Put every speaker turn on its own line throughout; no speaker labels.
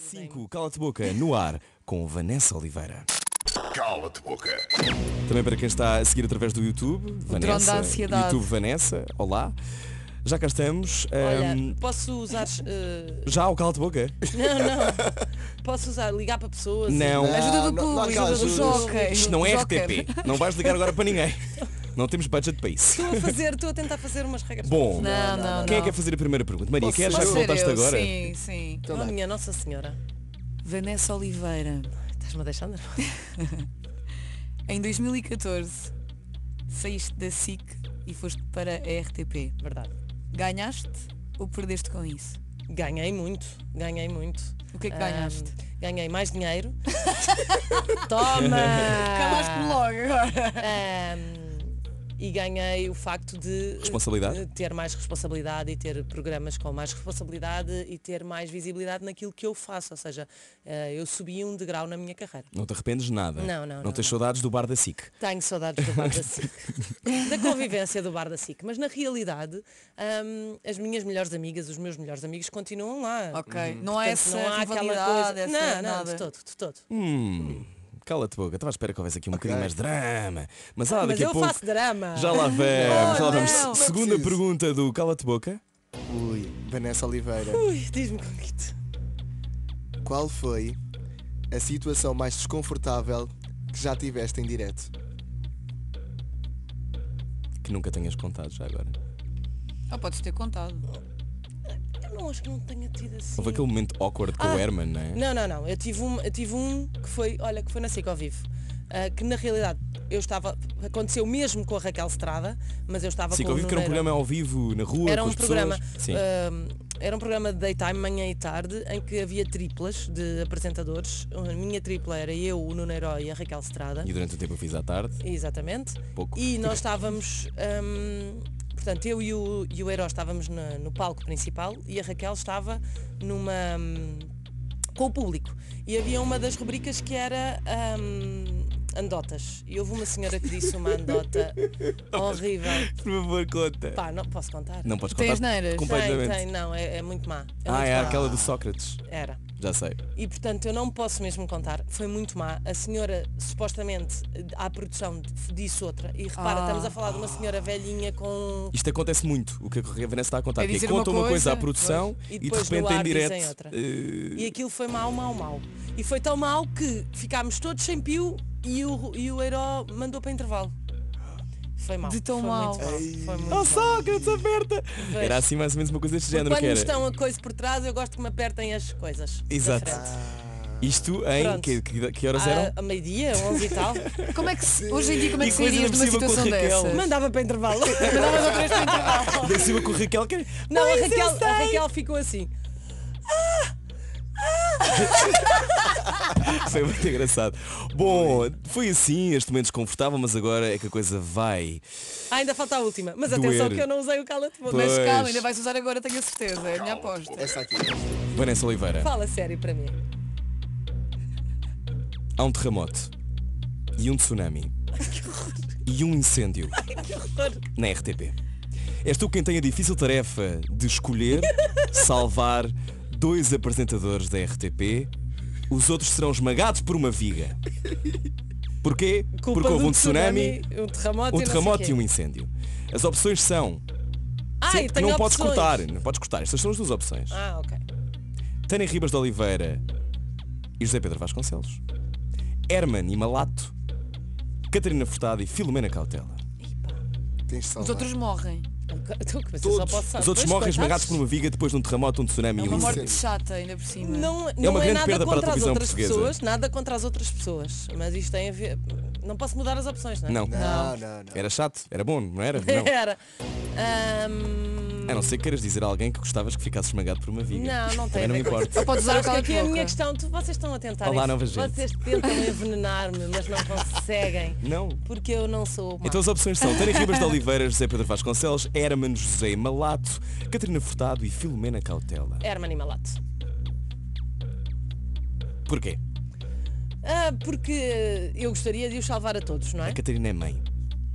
5 Cala-te Boca no ar com Vanessa Oliveira.
Cala-te boca.
Também para quem está a seguir através do YouTube,
trono da
Vanessa.
ansiedade.
YouTube Vanessa, olá. Já cá estamos.
Olha,
ahm,
posso usar. eh,
já o Cala-te Boca?
não, não. Posso usar, ligar para pessoas.
Não.
Ajuda do
não- não há
público,
aquela
ajuda do
ajuda.
jockey.
Isto não é
Joker.
RTP. Não vais ligar agora para ninguém. Não temos budget para isso.
Estou a fazer, estou a tentar fazer umas regras.
Bom,
Não, não,
quem é que
não.
quer fazer a primeira pergunta? Maria,
Posso
quer já
Pode
que
ser
voltaste
eu,
agora?
Sim, sim.
Então
Oh,
dá.
minha Nossa Senhora.
Vanessa Oliveira,
Estás-me a deixar andar?
em 2014 saíste da SIC e foste para a RTP.
Verdade.
Ganhaste ou perdeste com isso?
Ganhei muito, ganhei muito.
O que é que
Ahm,
ganhaste?
ganhei mais dinheiro. Toma! ah.
Acabaste-me logo agora.
Ahm, e ganhei o facto de eh,
Responsabilidade?
ter mais responsabilidade e ter programas com mais responsabilidade e ter mais visibilidade naquilo que eu faço. Ou seja, eh, eu subi um degrau na minha carreira.
Não te arrependes de nada.
Não, não,
Não
não,
tens
não.
saudades do bar da SIC.
Tenho saudades do bar da SIC. da convivência do bar da SIC. Mas na realidade, hum, as minhas melhores amigas, os meus melhores amigos continuam lá.
Ok, não
Ah,
há essa rivalidade, essa
não, não,
nada.
de todo, de todo.
Hum, cala-te boca, estava à espera que houvesse aqui um bocadinho mais de drama. Mas há
Ah, Mas
daqui a
eu
pouco.
faço drama.
Já lá vamos,
Oh,
já lá vamos.
não, não
Segunda
preciso.
pergunta do Cala-te Boca.
Ui, Vanessa Oliveira.
Ui, diz-me conquito.
Qual foi a situação mais desconfortável que já tiveste em direto?
Que nunca tenhas contado já agora.
Ah, podes ter contado.
Eu não acho que não tenha tido assim.
Houve aquele momento awkward com o
Ah,
Herman, não é?
Não, não, não. Eu tive um, eu tive um que foi, olha, que foi na SIC ao vivo. Ah, que na realidade eu estava. Aconteceu mesmo com a Raquel Estrada, mas eu estava
Sim, que
com
eu
o
vi que era um
Nuneiro.
programa ao vivo, na rua,
Era
com
um
as
programa,
pessoas. Sim.
hum, era um programa de daytime, manhã e tarde, em que havia triplas de apresentadores. A minha tripla era eu, o Nuno Herói e a Raquel Estrada.
E durante o tempo eu fiz à tarde.
Exatamente.
Pouco.
E nós estávamos. hum, portanto, eu e o, e o Herói estávamos na- no palco principal e a Raquel estava numa. hum, com o público. E havia uma das rubricas que era. hum, Andotas. E houve uma senhora que disse uma andota horrível.
Por favor, conta.
Pá, não posso contar.
Não podes
Tem
contar.
asneiras?
Completamente.
Tem, tem, não, é, é muito má. É
Ah,
muito
é
má.
aquela do Sócrates.
Era.
Já sei.
E portanto eu não posso mesmo contar. Foi muito má. A senhora supostamente à produção disse outra. E repara,
Ah.
estamos a falar de uma senhora velhinha com.
Isto acontece muito, o que a Vanessa está a contar,
É
que é
dizer
conta
uma
uma coisa
coisa,
à produção
pois, e
e, de
depois no
repente em
ar dizem
direto.
outra.
eh,
E aquilo foi mau, mau, mau. E foi tão mau que ficámos todos sem pio e o, e o Herói mandou para intervalo. Foi mau.
De tão
foi
mau.
Muito mau. Foi muito
Oh
mau.
Sócrates, aperta!
Pois.
Era assim mais ou menos uma coisa deste género
Quando
que
me
era.
estão a coisa por trás, eu gosto que me apertem as coisas. da
Exato.
frente.
Isto em
Pronto.
que, que- que horas eram?
À, Ah, a meio-dia, 11 e tal.
Como é que se, hoje em dia como é
E
que
coisa
sairias de uma
impossível com
situação
Raquel.
dessas?
Mandava para intervalo.
Da cima com o Raquel que
Ah, oh. Não, a Raquel, a Raquel ficou assim.
foi é muito engraçado. Bom, foi assim, este momento desconfortável, mas agora é que a coisa vai.
Ah, ainda falta a última. Mas
Doer.
atenção que eu não usei o cala-te boca.
Pois.
Mas calma, ainda vais usar agora, tenho a certeza. É a minha aposta.
Esta aqui.
Vanessa Oliveira,
Fala sério para mim.
há um terremoto e um tsunami e um incêndio
Que horror.
na RTP. És tu quem tem a difícil tarefa de escolher salvar dois apresentadores da RTP. Os outros serão esmagados por uma viga. Porquê?
Culpa
Porque
de
houve um tsunami,
um terremoto
um
e não sei
terremoto
quê.
e um incêndio. As opções são
Ai,
Sim, que
tenho
não podes
opções.
cortar, não podes cortar. Estas são as duas opções.
Ah, ok.
Tânia Ribas de Oliveira e José Pedro Vasconcelos. Herman e Malato. Catarina Furtado e Filomena Cautela.
Tens
Os
de salvar.
outros morrem.
Então, mas eu só
Todos.
posso
Os outros
Pois,
morrem
coitados.
esmagados por uma viga depois de um terremoto, um tsunami
É
e um
uma morte
incêndio.
chata ainda por cima.
Não, não é,
uma grande
nada
perda para a
contra as
televisão
outras
portuguesa.
pessoas, nada contra as outras pessoas. Mas isto tem a ver. Não posso mudar as opções, não é?
Não.
Não, não, não.
Era chato, era bom, não era? Não.
Era. Ahm,
A não ser que queiras dizer a alguém que gostavas que ficasse esmagado por uma viga.
Não, não tem
Também
a
não
ver com
importa.
Podes usar o
Sabes que
cala
aqui é a minha questão, tu, vocês estão a tentar.
Olá,
enf-
nova gente.
Vocês tentam envenenar-me, mas não conseguem.
Não.
Porque eu não sou má.
Então as opções são Tânia Ribas de Oliveira, José Pedro Vasconcelos, Herman José e Malato, Catarina Furtado e Filomena Cautela.
Herman e Malato.
Porquê?
Ah, porque eu gostaria de os salvar a todos, não é?
A Catarina é mãe.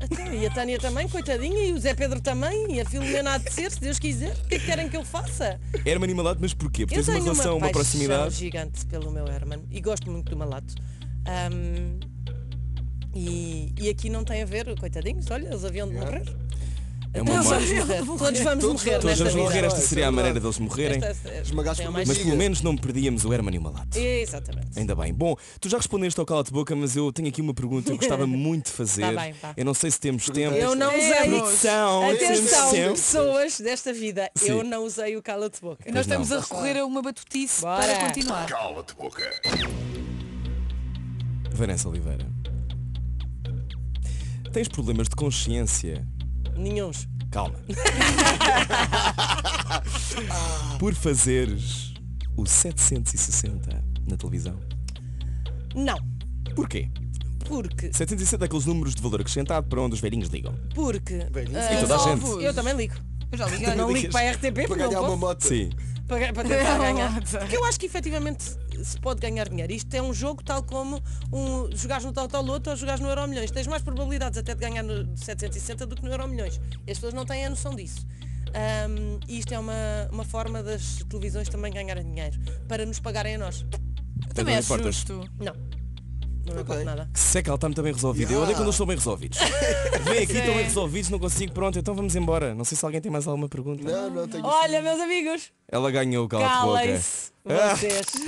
Então, e a Tânia também, coitadinha, e o Zé Pedro também, e a Filomena há de ser, se Deus quiser. O que é que querem que eu faça?
Herman e Malato, mas porquê? Porque
Eu
tens uma
tenho uma,
relação, uma,
paixão
proximidade.
gigante pelo meu Herman e gosto muito do Malato. Ahm, e, e aqui não tem a ver, coitadinhos, olha, eles haviam de morrer.
É uma
Todos
morte.
vamos morrer, todos vamos
Todos
morrer
Todos
nesta
vamos
vida.
morrer, esta
Isso é
seria a
verdade.
maneira deles morrerem.
Esta- esta-
Esmagados
tem
por
mais-
Mas pelo
Siga.
menos não perdíamos o Herman e o Malato.
Exatamente.
Ainda bem. Bom, tu já respondeste ao cala de boca, mas eu tenho aqui uma pergunta que eu gostava muito de fazer.
Tá bem, vá.
Eu não sei se temos tempo.
Eu não usei.
Produção,
Atenção,
temos tempo.
pessoas desta vida,
Sim.
eu não usei o cala de boca.
E
Pois
nós
não.
estamos a recorrer a uma batutice
Bora.
para continuar.
Cala-te boca.
Vanessa Oliveira. Tens problemas de consciência?
Nenhuns.
Calma. Por fazeres o 760 na televisão.
Não.
Porquê?
Porque,
760 é aqueles números de valor acrescentado para onde os velhinhos ligam.
porque ah,
E toda a gente.
Ovos.
eu também ligo.
Eu já liguei.
Eu não ligo
Ligas.
para a RTP
Para
porque não
ganhar é uma
posso.
moto.
Sim.
para, para tentar ganhar. Porque eu acho que efetivamente se pode ganhar dinheiro. Isto é um jogo tal como um, jogares no Total Loto ou jogares no Euro Milhões. Tens mais probabilidades até de ganhar no 760 do que no Euro Milhões. E as pessoas não têm a noção disso. Ahm, e isto é uma, uma forma das televisões também ganharem dinheiro para nos pagarem a nós.
Também
Então não
é
importas.
justo.
Não. Não me importa
Ok.
nada.
Seca, ela está-me bem resolvida. Eu
Yeah.
odeio quando eles estão bem resolvidos. Vem aqui, estão bem resolvidos, não consigo. Pronto, então vamos embora. Não sei se alguém tem mais alguma pergunta.
Não, não tenho.
Olha, meus amigos,
Ela ganhou o cala de boca.
calem-se vocês.